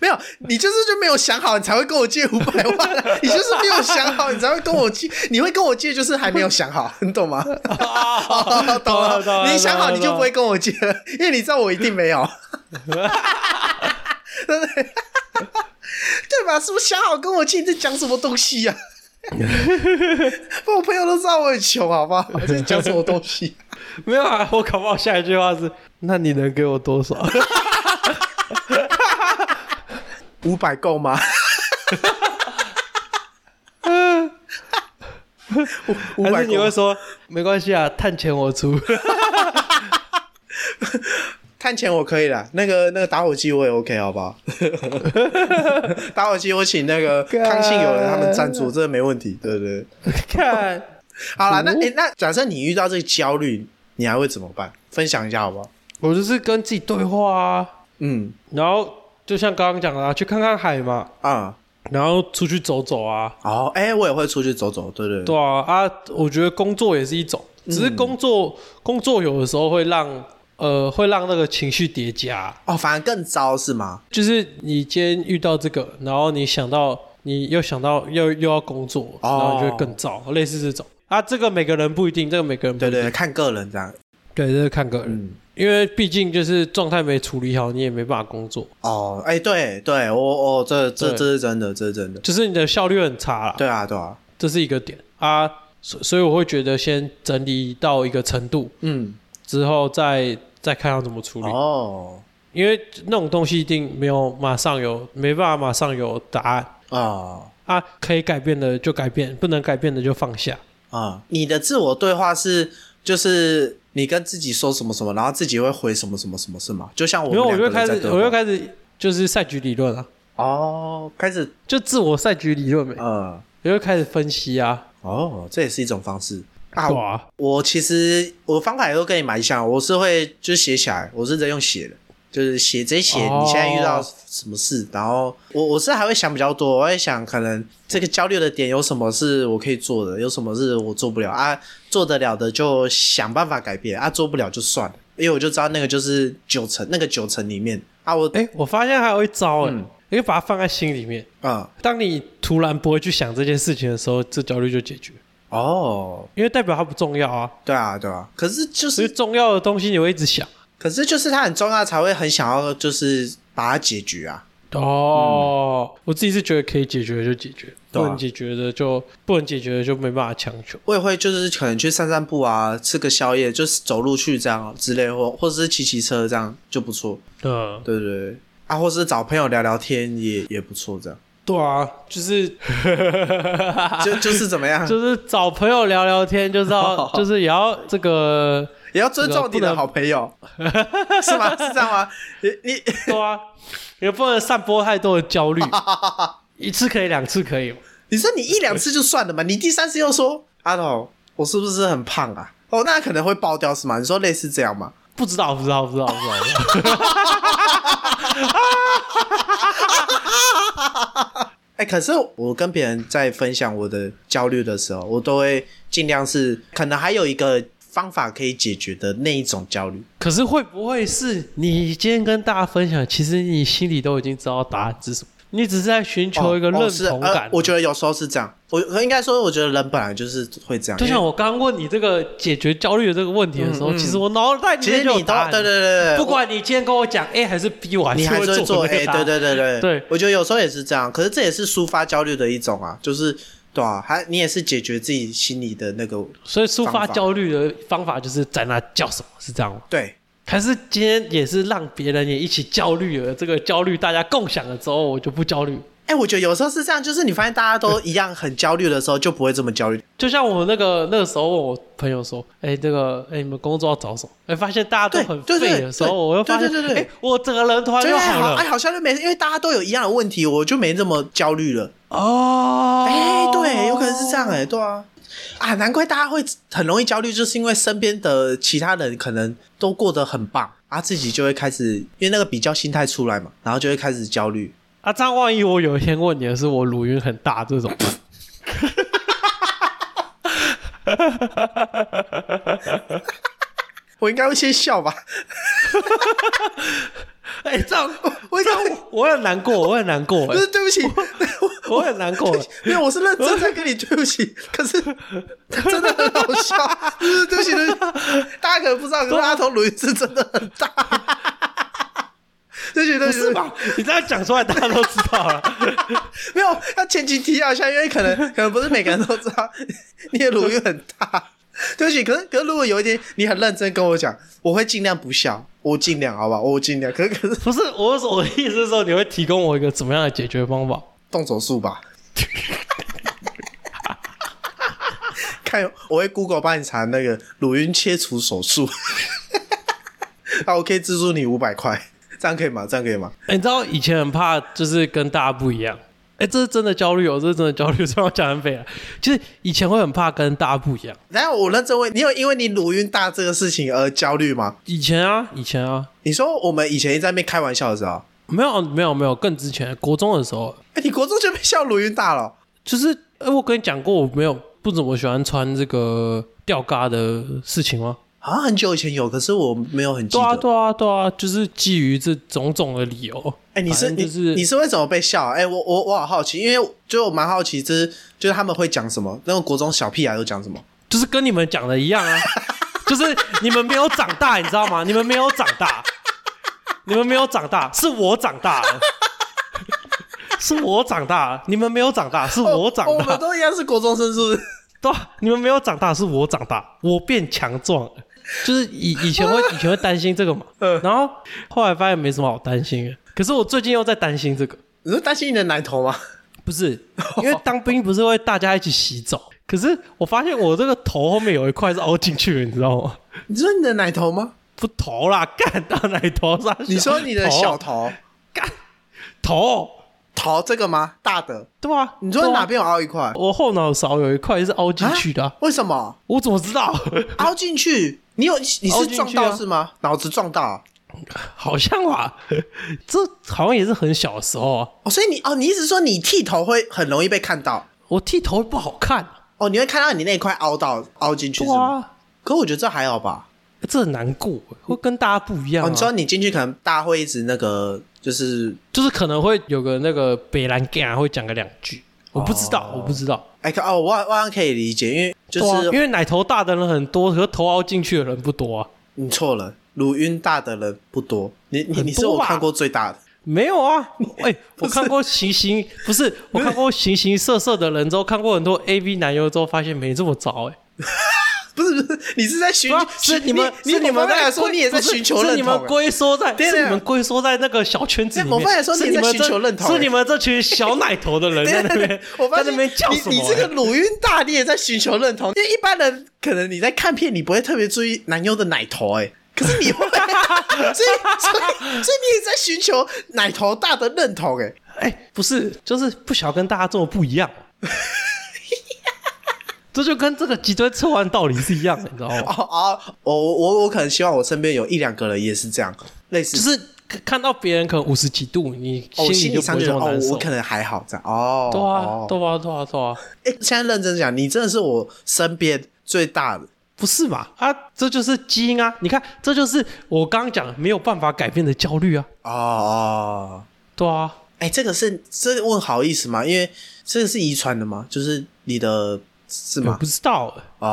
S2: 没有，你就是就没有想好，你才会跟我借五百万啊、你就是没有想好，你才会跟我借，你会跟我借，就是还没有想好，你
S3: (laughs)
S2: 懂吗？
S3: 哦
S2: 懂
S3: 了懂了
S2: 你想好
S3: 懂了
S2: 你就不会跟我借了，因为你知道我一定没有，
S3: (laughs)
S2: 对不对？对吧？是不是想好跟我借？你在讲什么东西呀、 (laughs) 不，我朋友都知道我很穷，好
S3: (laughs)
S2: 不好？我在讲什么东西？
S3: 没有啊，我搞不好下一句话是：那你能给我多少？
S2: 五百够
S3: (laughs)
S2: 吗？ (laughs) 五五
S3: 还
S2: 百
S3: 是你
S2: 够
S3: 会
S2: 吗？
S3: 说没关系啊，探钱我
S2: (laughs)
S3: 出。
S2: 看钱我可以啦，那个那个打火机我也 OK，好不 (laughs) 好？打火机我请那
S3: (laughs)
S2: 个康信友人他们赞助，这个没问题，对不对？
S3: 看，
S2: 好啦，那
S3: 哦
S2: 诶、那假设你遇到这个焦虑，你还会怎么办？分享一下好不好？
S3: 我就是跟自己对话啊，
S2: 嗯
S3: 然后就像刚刚讲的、啊，去看看海嘛，
S2: 啊、
S3: 然后出去走走啊，
S2: 哦，哎、我也会出去走走，对对
S3: 对啊啊，我觉得工作也是一种，只
S2: 嗯
S3: 是工作、工作有的时候会让呃会让那个情绪叠加，
S2: 哦，反而更糟是吗？
S3: 就是你今天遇到这个，然后你想到你又想到又又要工作，然后你就会更糟，类似这种啊。这个每个人不一定，这个每个人不一
S2: 对
S3: 定
S2: 哦对对，看个人这样。
S3: 对，这是看个人，
S2: 嗯，
S3: 因为毕竟就是状态没处理好，你也没办法工作，
S2: 哦，哎、对对，我哦，这这
S3: 对
S2: 这是真的，这是真的。
S3: 就是你的效率很差啦，
S2: 对啊，对啊，
S3: 这是一个点啊。所所以我会觉得先整理到一个程度
S2: 嗯，
S3: 之后再，再看要怎么处理，
S2: 哦
S3: 因为那种东西一定没有马上有，没办法马上有答案
S2: 哦
S3: 啊。可以改变的就改变，不能改变的就放下。
S2: 啊、你的自我对话是就是你跟自己说什么什么，然后自己会回什么什么什么，是吗？就像我
S3: 没有，我
S2: 们两
S3: 就
S2: 个
S3: 开
S2: 人
S3: 始
S2: 在，对
S3: 我就
S2: 话
S3: 开始就是赛局理论啊，
S2: 哦，开始
S3: 就自我赛局理论没，
S2: 嗯，
S3: 我就开始分析啊，
S2: 哦，这也是一种方式啊。
S3: 对啊，
S2: 我其实我方法也都跟你蛮像，我是会就是写起来，我是直接用写的，就是写直接写
S3: 哦
S2: 你现在遇到什么事，然后我我是还会想比较多，我会想可能这个焦虑的点有什么是我可以做的，有什么是我做不了啊，做得了的就想办法改变啊，做不了就算了，因为我就知道那个就是九成，那个九成里面啊，我
S3: 哎、我发现还有一招哎、
S2: 嗯
S3: 你可以把它放在心里面，
S2: 嗯
S3: 当你突然不会去想这件事情的时候，这焦虑就解决，
S2: 哦，
S3: 因为代表它不重要啊，
S2: 对啊对啊，可是就
S3: 所以
S2: 是
S3: 重要的东西你会一直想。
S2: 可是就是它很重要，才会很想要就是把它解决啊，
S3: 哦，我自己是觉得可以解决的就解决，
S2: 对啊
S3: 不能解决的就不能解决的就没办法强求。
S2: 我也会就是可能去散散步啊，吃个宵夜，就是走路去这样之类，或或者是骑骑车这样就不错，
S3: 嗯，
S2: 对对对，啊，或是找朋友聊聊天也也不错，这样
S3: 对啊，就是
S2: (laughs) 就就是怎么
S3: (laughs)
S2: 样，
S3: 就是找朋友聊聊天，就是
S2: (laughs)
S3: 要就是也要这个，
S2: 也要尊重你的好朋友，是吗？是这样吗？你你
S3: 对啊，也不能散播太多的焦
S2: (laughs)
S3: 虑。一次可以，两次可以嘛，
S2: 你说你一两次就算了嘛，你第三次又说阿斗，我是不是很胖啊？哦，那可能会爆掉是吗？你说类似这样吗？
S3: 不知道，不知道，不知道，不知道。
S2: (laughs) 哎、可是我跟别人在分享我的焦虑的时候，我都会尽量是可能还有一个方法可以解决的那一种焦虑。
S3: 可是会不会是你今天跟大家分享，其实你心里都已经知道答案是什么，你只是在寻求一个认
S2: 哦是
S3: 同感？
S2: 呃。我觉得有时候是这样，我我应该说，我觉得人本来就是会这样。
S3: 就
S2: 因
S3: 像
S2: 为
S3: 我刚刚问你这个解决焦虑的这个问题的时候，
S2: 嗯嗯
S3: 其实我脑袋里
S2: 其实
S3: 面就有
S2: 你都
S3: 答案。
S2: 对对对对，
S3: 不管你今天跟我讲 A 还是 B，我还
S2: 你
S3: 是
S2: 还是会做
S3: 做那
S2: 哎、
S3: 个答案
S2: 对对对对
S3: 对
S2: 我觉得有时候也是这样，可是这也是抒发焦虑的一种啊，就是对啊，还你也是解决自己心里的那个
S3: 所以抒发
S2: 方法
S3: 焦虑的方法就是在那叫什么是这样吗？
S2: 对
S3: 还是今天也是让别人也一起焦虑了，这个焦虑大家共享了之后，我就不焦虑。
S2: 哎、我觉得有时候是这样，就是你发现大家都一样很焦虑的时候，就不会这么焦虑。
S3: 就像我那个那个时候问我朋友说，哎、那个哎、你们工作要找什么？哎、发现大家都
S2: 对
S3: 很
S2: 对对
S3: 废的时候，
S2: 对
S3: 我又发现，
S2: 对对对
S3: 哎、
S2: 对
S3: 我整个人突然
S2: 对
S3: 就
S2: 哎
S3: 好
S2: 好，
S3: 了
S2: 哎，，好像就没，因为大家都有一样的问题，我就没这么焦虑了。
S3: 哦，
S2: 哎、对，有可能是这样、哎，对啊，啊，难怪大家会很容易焦虑，就是因为身边的其他人可能都过得很棒，啊，自己就会开始因为那个比较心态出来嘛，然后就会开始焦虑。
S3: 啊，这样万一我有一天问你的是我乳晕很大这种，
S2: 我应该会先笑吧，
S3: 哎、这样
S2: 我应该会，
S3: 我很难过， (laughs) 我很难过、
S2: 不
S3: 哎
S2: 是对不起， (laughs)
S3: 我很难过、
S2: 没有，我是认真在跟你对不
S3: (laughs)
S2: 起，可是 (laughs) 真的很好笑，就是对不起，对不起，大家可能不知道，可是阿童鲁是真的很大， (laughs) 对不起，对
S3: 不
S2: 不起，
S3: 是吧？你这样讲出来，大家都知道 (laughs) 了。
S2: 没有，要前情提要一下，因为可
S3: (laughs)
S2: 能可能不是每个人都知道，你的乳晕很大。对不起，可是可是如果有一天你很认真跟我讲，我会尽量不笑，我尽量好吧，我尽量。可是可是
S3: 不是，我是我的意思是说，你会提供我一个怎么样的解决方法？
S2: 动手术吧。看，我会 Google 帮你查那个乳晕切除手术，啊，我可以资助你五百块，这样可以吗？这样可以吗？
S3: 哎你知道以前很怕，就是跟大家不一样。哎、这是真的焦虑哦，这是真的焦虑。虽然我讲很废了，就是以前会很怕跟大家不一样。
S2: 然后我认真问你，有因为你乳晕大这个事情而焦虑吗？
S3: 以前啊，以前啊，
S2: 你说我们以前在那边开玩笑的时候，
S3: 没有没有没有，更之前国中的时候，
S2: 哎、你国中就被笑乳晕大了哦、
S3: 就是哎、我跟你讲过，我没有不怎么喜欢穿这个吊嘎的事情吗？
S2: 好像很久以前有，可是我没有很记
S3: 对
S2: 得。
S3: 啊对啊对啊，就是基于这种种的理由。
S2: 哎、你是
S3: 反正就
S2: 你
S3: 是
S2: 你是为什么被笑、啊？哎、我我我好好奇，因为就是我蛮好奇，就是就是他们会讲什么？那种国中小屁孩都讲什么？
S3: 就是跟你们讲的一样
S2: (laughs)
S3: 啊，就是你们没有长大，你知道吗？你们没有长大，你们没有长大，是我长大了，是我长大了，你们没有长大，是我长
S2: 哦我
S3: 大，
S2: 们都一样是国中生，是不是？
S3: 对啊、你们没有长大，是我长大，我变强壮了。就是以以前会以前会担心这个嘛，
S2: (laughs) 嗯
S3: 然后后来发现没什么好担心的。可是我最近又在担心这个，
S2: 你是担心你的奶头吗？
S3: (laughs) 不是
S2: (laughs)
S3: 因为当兵不是会大家一起洗澡，可是我发现我这个头后面有一块是凹进去的，你知道吗？
S2: 你说你的奶头吗？
S3: 不头啦，干到哪里头上？啊
S2: 你说你的小头
S3: 干头，
S2: 头这个吗？大的？
S3: 对啊，
S2: 你说哪
S3: 对啊？
S2: 边有凹一块？
S3: 我后脑勺有一块是凹进去的啊、
S2: 啊为什么
S3: 我怎么知道？ (laughs)
S2: 凹进去？你有你
S3: 凹
S2: 是
S3: 进去啊
S2: 撞到是吗？脑子撞到啊？
S3: 好像吧，这好像也是很小的时候啊。
S2: 哦，所以你哦，你一直说你剃头会很容易被看到
S3: 我剃头不好看啊，
S2: 哦，你会看到你那一块凹到凹进去
S3: 对
S2: 是吗？
S3: 啊，
S2: 可我觉得这还好吧。哦
S3: 这很难过，会跟大家不一样、啊。
S2: 哦，你说你进去可能大家会一直那个，就是
S3: 就是可能会有个那个北兰干啊会讲个两句，我不知道，我不知道。
S2: 哎、可哦，我我好像可以理解，因为就
S3: 对啊因
S2: 是
S3: 为奶头大的人很多，可是头凹进去的人不多啊。
S2: 你错了，乳晕大的人不多，你你
S3: 很
S2: 你是
S3: 多啊
S2: 我
S3: 吧
S2: 看过最大的。 (laughs)
S3: 没有啊，哎、我
S2: 不是
S3: 看过形
S2: (laughs)
S3: 形，不是我看过形形色色的人之后，看过很多 A V 男优之后，发现没这么糟哎、
S2: 不是不是，你是在寻
S3: 对啊
S2: 寻
S3: 是你们，
S2: 你
S3: 是你
S2: 某
S3: 们
S2: 方面
S3: 在
S2: 来说，
S3: 归
S2: 你也在
S3: 不是
S2: 寻求
S3: 是
S2: 认
S3: 你
S2: 同
S3: 们
S2: 啊。
S3: 龟缩在，
S2: 对啊
S3: 是你们龟缩在那个小圈子里
S2: 对某
S3: 面。
S2: 方面来说
S3: 是
S2: 你
S3: 你
S2: 在
S3: 们
S2: 寻求认同
S3: 是
S2: 哎
S3: 你们这群小奶头
S2: (laughs)
S3: 的人 (laughs) 在那边，
S2: 我发
S3: 在
S2: 现
S3: 那边叫什么、啊
S2: 你你这个乳晕大，你也在寻求认同，因为一般人可能你在看片，你不会特别注意男优的奶头、哎，可是你会，所以所以所以你也在寻求奶头大的认同、哎，
S3: 哎、不是，就是不想跟大家这么不一
S2: (laughs)
S3: 样。这就跟这个脊椎侧弯道理是一样的，你知道吗？
S2: 哦哦，我我我可能希望我身边有一两个人也是这样，类似
S3: 就是看到别人可能五十几度，你
S2: 哦，我
S3: 心
S2: 心
S3: 里就
S2: 理
S3: 不
S2: 上
S3: 会这
S2: 就觉得
S3: 么
S2: 哦
S3: 难，受。
S2: 我可能还好这样哦。
S3: 对啊
S2: 哦，
S3: 对啊，对啊，对啊，
S2: 哎、现在认真讲，你真的是我身边最大的。
S3: 不是嘛？啊，这就是基因啊！你看，这就是我刚刚讲没有办法改变的焦虑啊！
S2: 哦哦，
S3: 对啊，
S2: 哎、这个是这问好意思吗？因为这个是遗传的吗？就是你的是
S3: 我
S2: 吗
S3: 呃不？知道，
S2: 哦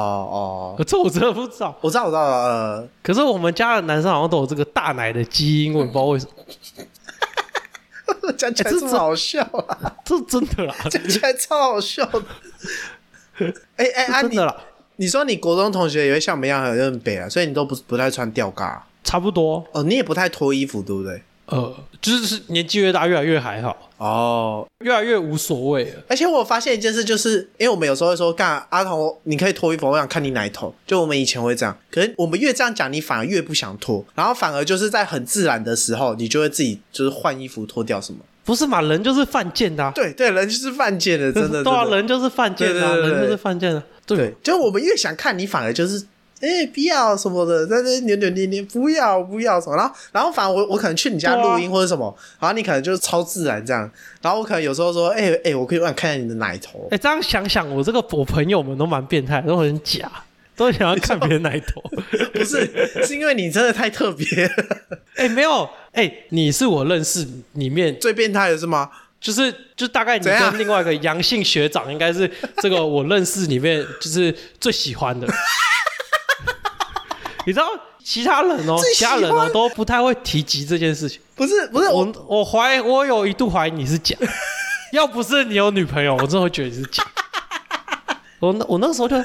S2: 哦，
S3: 这我真的不知道。
S2: 我知道，我知道，呃， (laughs)
S3: 可是我们家的男生好像都有这个大奶的基因，我也不知道为什么，
S2: 讲起来
S3: 哎这
S2: 这么好笑啊，
S3: (laughs) 这真的啦，
S2: 讲起来超好笑的。哎哎、啊，
S3: 真
S2: 你
S3: 的啦，
S2: 你说你国中同学也会像我们一样很认北啊，所以你都不不太穿吊嘎
S3: 差不多。
S2: 哦，你也不太脱衣服，对不对？
S3: 呃，就是年纪越大越来越还好，
S2: 哦，
S3: 越来越无所谓了。
S2: 而且我发现一件事，就是因为我们有时候会说，干阿童，你可以脱衣服，我想看你奶头。就我们以前会这样，可是我们越这样讲，你反而越不想脱，然后反而就是在很自然的时候，你就会自己就是换衣服脱掉什么。
S3: 不是嘛？人就是犯贱的、啊，
S2: (laughs) 对对，人就是犯贱的，真的。
S3: 对啊，
S2: 真的
S3: 人就是犯贱的、啊，
S2: 对对对对
S3: 人就是犯贱的、啊。对
S2: 对，就我们越想看，你反而就是。哎、不要什么的，在那扭扭捏捏，不要不要什么，然后然后反正我我可能去你家
S3: 对啊
S2: 录音或者什么，然后你可能就是超自然这样，然后我可能有时候说，哎、哎、我可以我想看一下你的奶头
S3: 哎、，这样想想，我这个我朋友们都蛮变态，都很假，都想要看别人奶头。
S2: 不是，是因为你真的太特别了，
S3: 哎、没有，哎、你是我认识里面，
S2: 最变态的是吗？
S3: 就是就大概你
S2: 怎样
S3: 跟另外一个阳性学长，应该是这个我认识里面就是最喜欢的。 (laughs) 你知道其他人哦
S2: 最，
S3: 其
S2: 喜
S3: 他
S2: 欢
S3: 人哦都不太会提及这件事情。
S2: 不是不是，我
S3: 我我怀我有一度怀疑你是假，要不是你有女朋友，我真的会觉得你是假。我那我那时候就，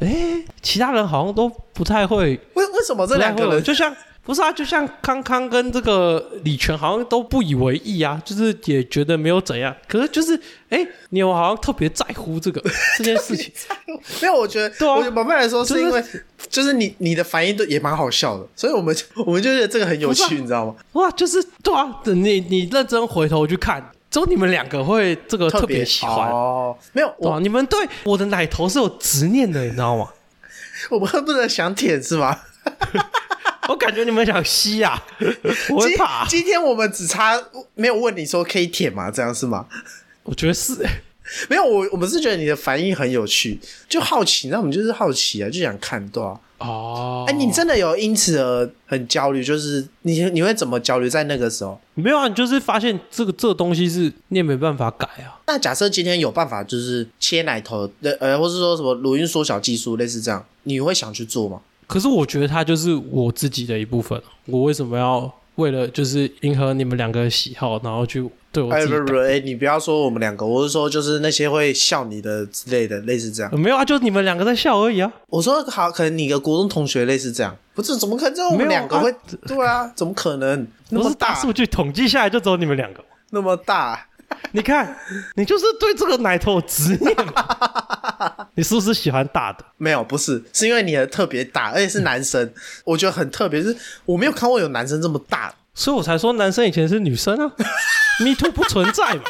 S3: 哎、其他人好像都不太会，
S2: 为为什么这
S3: 不太
S2: 两
S3: 会
S2: 个人
S3: 就像不是啊，就像康康跟这个李泉好像都不以为意啊，就是也觉得没有怎样。可是就是，哎、你有好像特别在乎这个这件事情，
S2: (laughs) 没有？我觉得，
S3: 对啊
S2: 我觉得某方面来说
S3: 就是是
S2: 因为就是你你的反应都也蛮好笑的，所以我们就 (laughs) 我们就觉得这个很有
S3: 不是
S2: 趣，
S3: 啊
S2: 你知道吗？
S3: 哇，就是对啊，你你认真回头去看，只有你们两个会这个特别
S2: 别
S3: 喜欢。
S2: 哦，没有
S3: 哇，
S2: 我
S3: 你们对啊我的奶头是有执念的，你知道 (laughs) 吗？
S2: 我们恨不得想舔是吗？
S3: 我感觉你们想吸啊，我会
S2: 今
S3: 怕。啊
S2: 今天我们只差没有问你说可以舔吗？这样是吗？
S3: 我觉得是、
S2: 没有，我我们是觉得你的反应很有趣，就好奇，那我们就是好奇啊，就想看对啊。
S3: 哦。
S2: 哎、你真的有因此而很焦虑？就是你你会怎么焦虑在那个时候？
S3: 没有啊？你就是发现这个这个东西是你也没办法改啊。
S2: 那假设今天有办法，就是切奶头，呃呃，或是说什么乳晕缩小技术，类似这样，你会想去做吗？
S3: 可是我觉得它就是我自己的一部分，啊我为什么要为了就是迎合你们两个的喜好，然后去对我
S2: 哎
S3: 自己
S2: 不
S3: 改？
S2: 不不，哎，你不要说我们两个，我是说就是那些会笑你的之类的，类似这样。
S3: 没有啊，就是你们两个在笑而已啊。
S2: 我说好，可能你的国中同学类似这样，不是？怎么可能只有我
S3: 没
S2: 们
S3: 有
S2: 两个
S3: 啊
S2: 会？对啊，怎么可能？那
S3: 不
S2: 么
S3: 是大
S2: 大，
S3: 数据统计下来就只有你们两个。
S2: 那么大，
S3: 你看，你就是对这个奶头有执念嘛。
S2: (laughs)
S3: 你是不是喜欢大的？
S2: 没有，不是，是因为你的特别大，而且是男生，我觉得很特别，是我没有看过有男生这么大。
S3: 所以我才说男生以前是女生
S2: (laughs)
S3: 啊，Me Too 不存在嘛。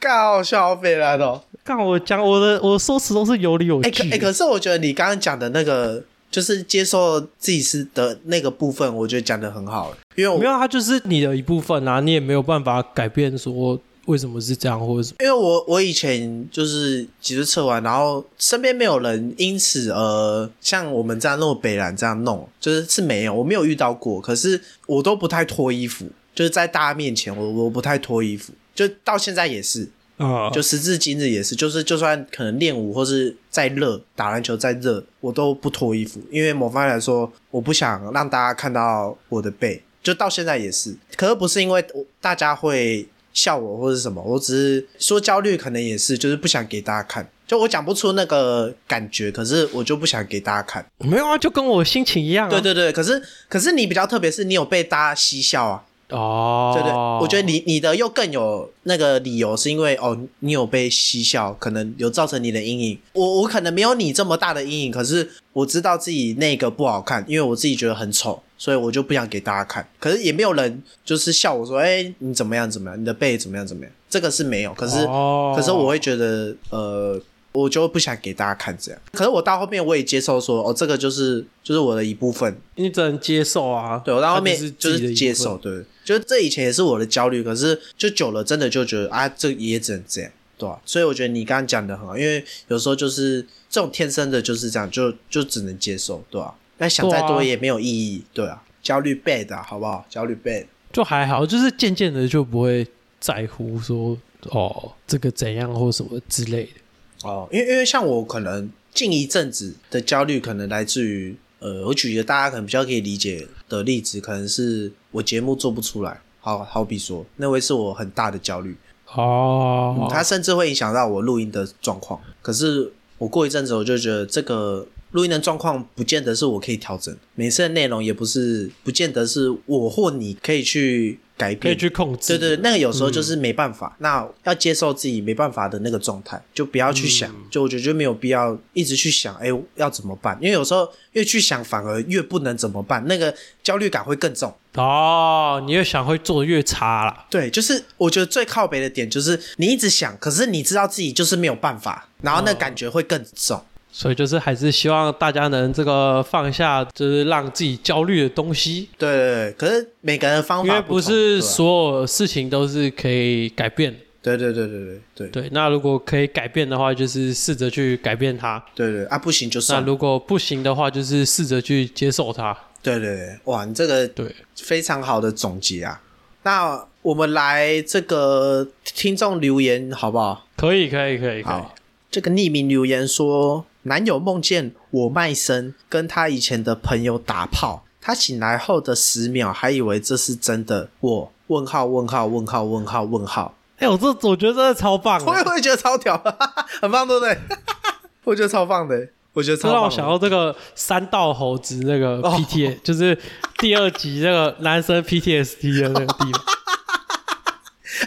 S2: 搞笑费了都。
S3: 干，我讲我的我的说辞都是有理有
S2: 哎、
S3: 据。
S2: 可哎、可是我觉得你刚刚讲的那个，就是接受自己是的那个部分，我觉得讲的很好，欸因为我
S3: 没有，它就是你的一部分啊，你也没有办法改变说为什么是这样或者什么。
S2: 因为我我以前就是脊椎测完，然后身边没有人因此呃像我们这样弄北兰这样弄，就是是没有，我没有遇到过。可是我都不太脱衣服，就是在大家面前我我不太脱衣服，就到现在也是，
S3: 啊、
S2: 就
S3: 就
S2: 时至今日也是，就是就算可能练舞或是再热，打篮球再热，我都不脱衣服，因为某方面来说，我不想让大家看到我的背，就到现在也是。可是不是因为我大家会笑我或是什么，我只是说焦虑，可能也是就是不想给大家看，就我讲不出那个感觉，可是我就不想给大家看。
S3: 没有啊，就跟我心情一样、啊。
S2: 对对对，可是可是你比较特别，是你有被大家嬉笑啊。
S3: 哦，
S2: 对对，我觉得你你的又更有那个理由，是因为哦，你有被嬉笑，可能有造成你的阴影。我我可能没有你这么大的阴影，可是我知道自己那个不好看，因为我自己觉得很丑，所以我就不想给大家看。可是也没有人就是笑我说，哎、你怎么样怎么样，你的背怎么样怎么样，这个是没有。可是、
S3: 哦
S2: 可是我会觉得呃。我就不想给大家看这样，可是我到后面我也接受说，哦，这个就是就是我的一部分，
S3: 你只能接受啊。
S2: 对，我到后面
S3: 它是
S2: 就
S3: 自己的
S2: 是
S3: 一部分
S2: 接受，。对，就是这以前也是我的焦虑，可是就久了，真的就觉得啊，这也只能这样，对吧、所以我觉得你刚刚讲的很好，因为有时候就是这种天生的就是这样，就就只能接受，对吧、那想再
S3: 对
S2: 多
S3: 啊
S2: 也没有意义，对啊，焦虑 bad 啊好不好？焦虑 bad，
S3: 就还好，就是渐渐的就不会在乎说哦这个怎样或什么之类的。
S2: 哦，因为因为像我可能近一阵子的焦虑，可能来自于呃，我举一个大家可能比较可以理解的例子，可能是我节目做不出来，好好比说，那会是我很大的焦虑。
S3: 哦，
S2: 嗯它甚至会影响到我录音的状况。可是我过一阵子，我就觉得这个录音的状况不见得是我可以调整，每次的内容也不是不见得是我或你可以去改
S3: 可以
S2: 变。
S3: 去嗯控制。
S2: 对对，对那个有时候就是没办法，那要接受自己没办法的那个状态，就不要去想，
S3: 嗯
S2: 就我觉得就没有必要一直去想，哎，要怎么办？因为有时候越去想反而越不能怎么办，那个焦虑感会更重。
S3: 哦，你越想会做的越差啦。
S2: 对，就是我觉得最靠北的点就是你一直想，可是你知道自己就是没有办法，然后
S3: 嗯
S2: 那感觉会更重。
S3: 所以就是还是希望大家能这个放下，就是让自己焦虑的东西，
S2: 对对对，可是每个人的方
S3: 因为
S2: 法
S3: 不
S2: 同
S3: 是
S2: 对啊
S3: 所有事情都是可以改变的。
S2: 对对对对对对
S3: 对，那如果可以改变的话，就是试着去改变它；
S2: 对对啊，不行就
S3: 那
S2: 算了。
S3: 如果不行的话，就是试着去接受它。
S2: 对对对，哇，你这个
S3: 对，
S2: 非常好的总结啊！那我们来这个听众留言好不好？
S3: 可以，可以，可以，可以
S2: 好。，这个匿名留言说，男友梦见我卖身跟他以前的朋友打炮，他醒来后的十秒还以为这是真的。我问号问号问号问号问号，
S3: 哎、我这我觉得真的超棒的
S2: 我也 (laughs) 会觉得超屌，哈哈哈很棒，对不对？ (laughs) 我觉得超棒的，我觉得超
S3: 这
S2: 棒
S3: 让
S2: 的。
S3: 我想到这个三道猴子那个
S2: (laughs) 哦
S3: PTA，、就是第二集那个男生 PTSD 的那个地方，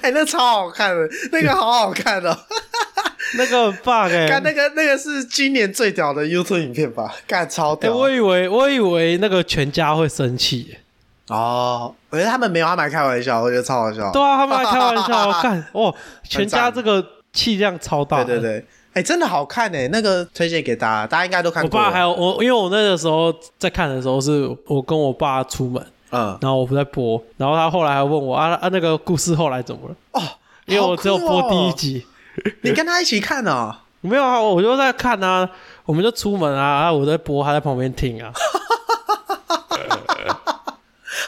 S2: 哎、那超好看的，那个好好看哦！
S3: (laughs) 那个很棒哎、
S2: 干那个那个是今年最屌的 YouTube 影片吧？干超
S3: 哎、
S2: 屌！
S3: 我以为我以为那个全家会生气、
S2: 哦，我觉得他们没有，他们还开玩笑，我觉得超好笑。
S3: 对啊，他们还开玩笑，
S2: (laughs)
S3: 干哦，全家
S2: 哦赞
S3: 这个气量超大，
S2: 对对。对，哎、真的好看哎、那个推荐给大家，大家应该都看
S3: 我
S2: 过。
S3: 爸还有我，因为我那个时候在看的时候，是我跟我爸出门，
S2: 嗯
S3: 然后我不在播，然后他后来还问我啊啊那个故事后来怎么了？
S2: 哦，
S3: 因为我只有播第一
S2: 好
S3: 集，
S2: 酷哦，你跟他一起看哦。
S3: 没有啊，我就在看啊，我们就出门啊，啊我在播，他在旁边听
S2: (laughs)
S3: 啊。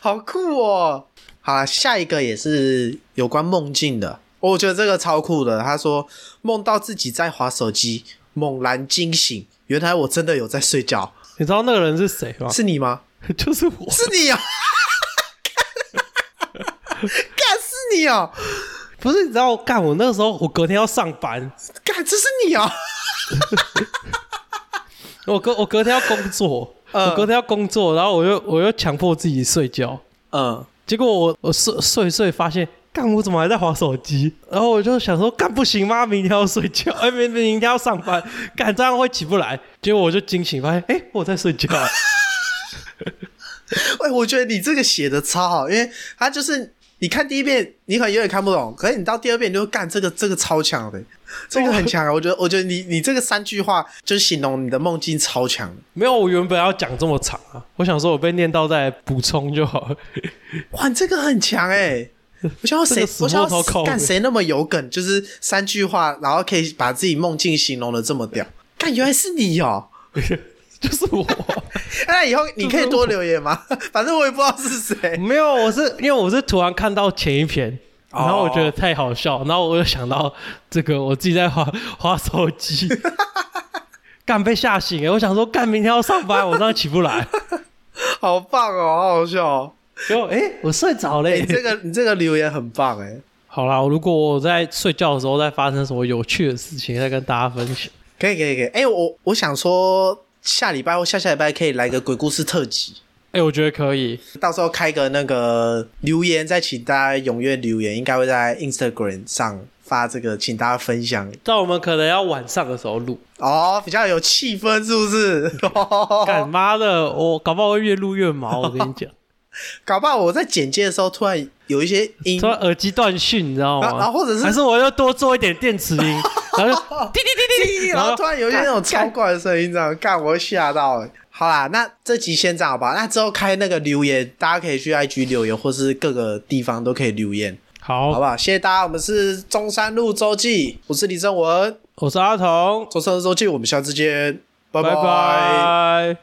S2: 好酷哦！好啦，下一个也是有关梦境的，哦我觉得这个超酷的。他说梦到自己在划手机，猛然惊醒，原来我真的有在睡觉，
S3: 你知道那个人是谁吗？
S2: 是你吗？
S3: (laughs) 就是我，
S2: 是你
S3: (laughs)
S2: 啊！干是你哦，
S3: 不是你知道干我那时候我隔天要上班，
S2: 干这是你哦，
S3: 我隔我隔天要工作，
S2: 嗯
S3: 我隔天要工作，然后我又我又强迫自己睡觉，
S2: 嗯，
S3: 结果我我睡睡睡发现。干我怎么还在划手机？然后我就想说，干不行吗？明天要睡觉，哎，明明明天要上班，干这样会起不来。结果我就惊醒，发现，哎，我在睡觉。
S2: 哎、我觉得你这个写的超好，因为他就是你看第一遍，你可能有点看不懂，可是你到第二遍你就干这个这个超强的，这个很强啊！我觉得，我觉得你你这个三句话就是形容你的梦境超强的。
S3: (laughs) 没有，我原本要讲这么长啊，我想说我被念到再补充就好了。 (laughs)
S2: 哇，你这个很强哎、我想要谁
S3: 这个？死
S2: 我想
S3: 摸头
S2: 要
S3: 靠尾
S2: 干谁那么有梗？就是三句话，然后可以把自己梦境形容的这么屌。干，原来是你哦、
S3: 就是我，
S2: 那以后你可以多留言吗？反正我也不知道是谁。
S3: 没有，我是因为我是突然看到前一篇，
S2: 哦
S3: 然后我觉得太好笑，然后我就想到这个，我自己在划划手机， (laughs) 干被吓醒了。我想说，干明天要上班，我这样起不来。
S2: 好棒哦，好好笑、哦！
S3: (laughs) 结果哎、我睡着了、 (laughs)
S2: 哎、这个你这个留言很棒哎、
S3: 欸好啦，如果我在睡觉的时候再发生什么有趣的事情，再跟大家分享。
S2: 可以可以可以，哎、我我想说下礼拜或下下礼拜可以来个鬼故事特辑，
S3: 哎、我觉得可以，
S2: 到时候开个那个留言，再请大家踊跃留言，应该会在 Instagram 上发这个，请大家分享
S3: 但我们可能要晚上的时候录。
S2: 哦，比较有气氛是不是？ (laughs)
S3: 干妈的，我搞不好会越录越毛。我跟你讲，
S2: 搞不好我在剪接的时候突然有一些音
S3: 突，然耳机断讯，你知道吗？
S2: 然后然后或者是
S3: 还是我要多做一点电池
S2: (laughs)
S3: 音，然后就滴滴滴滴，
S2: 然后突然有一些那种超怪的声音，这
S3: 哦
S2: 样干我会吓到、欸。好啦，那这集先这样好吧？那之后开那个留言，大家可以去 IG 留言，或是各个地方都可以留言。
S3: 好，
S2: 好不好？谢谢大家，我们是中山路周记，我是李正文，
S3: 我是阿童，
S2: 中山路周记，我们下次见，拜
S3: 拜拜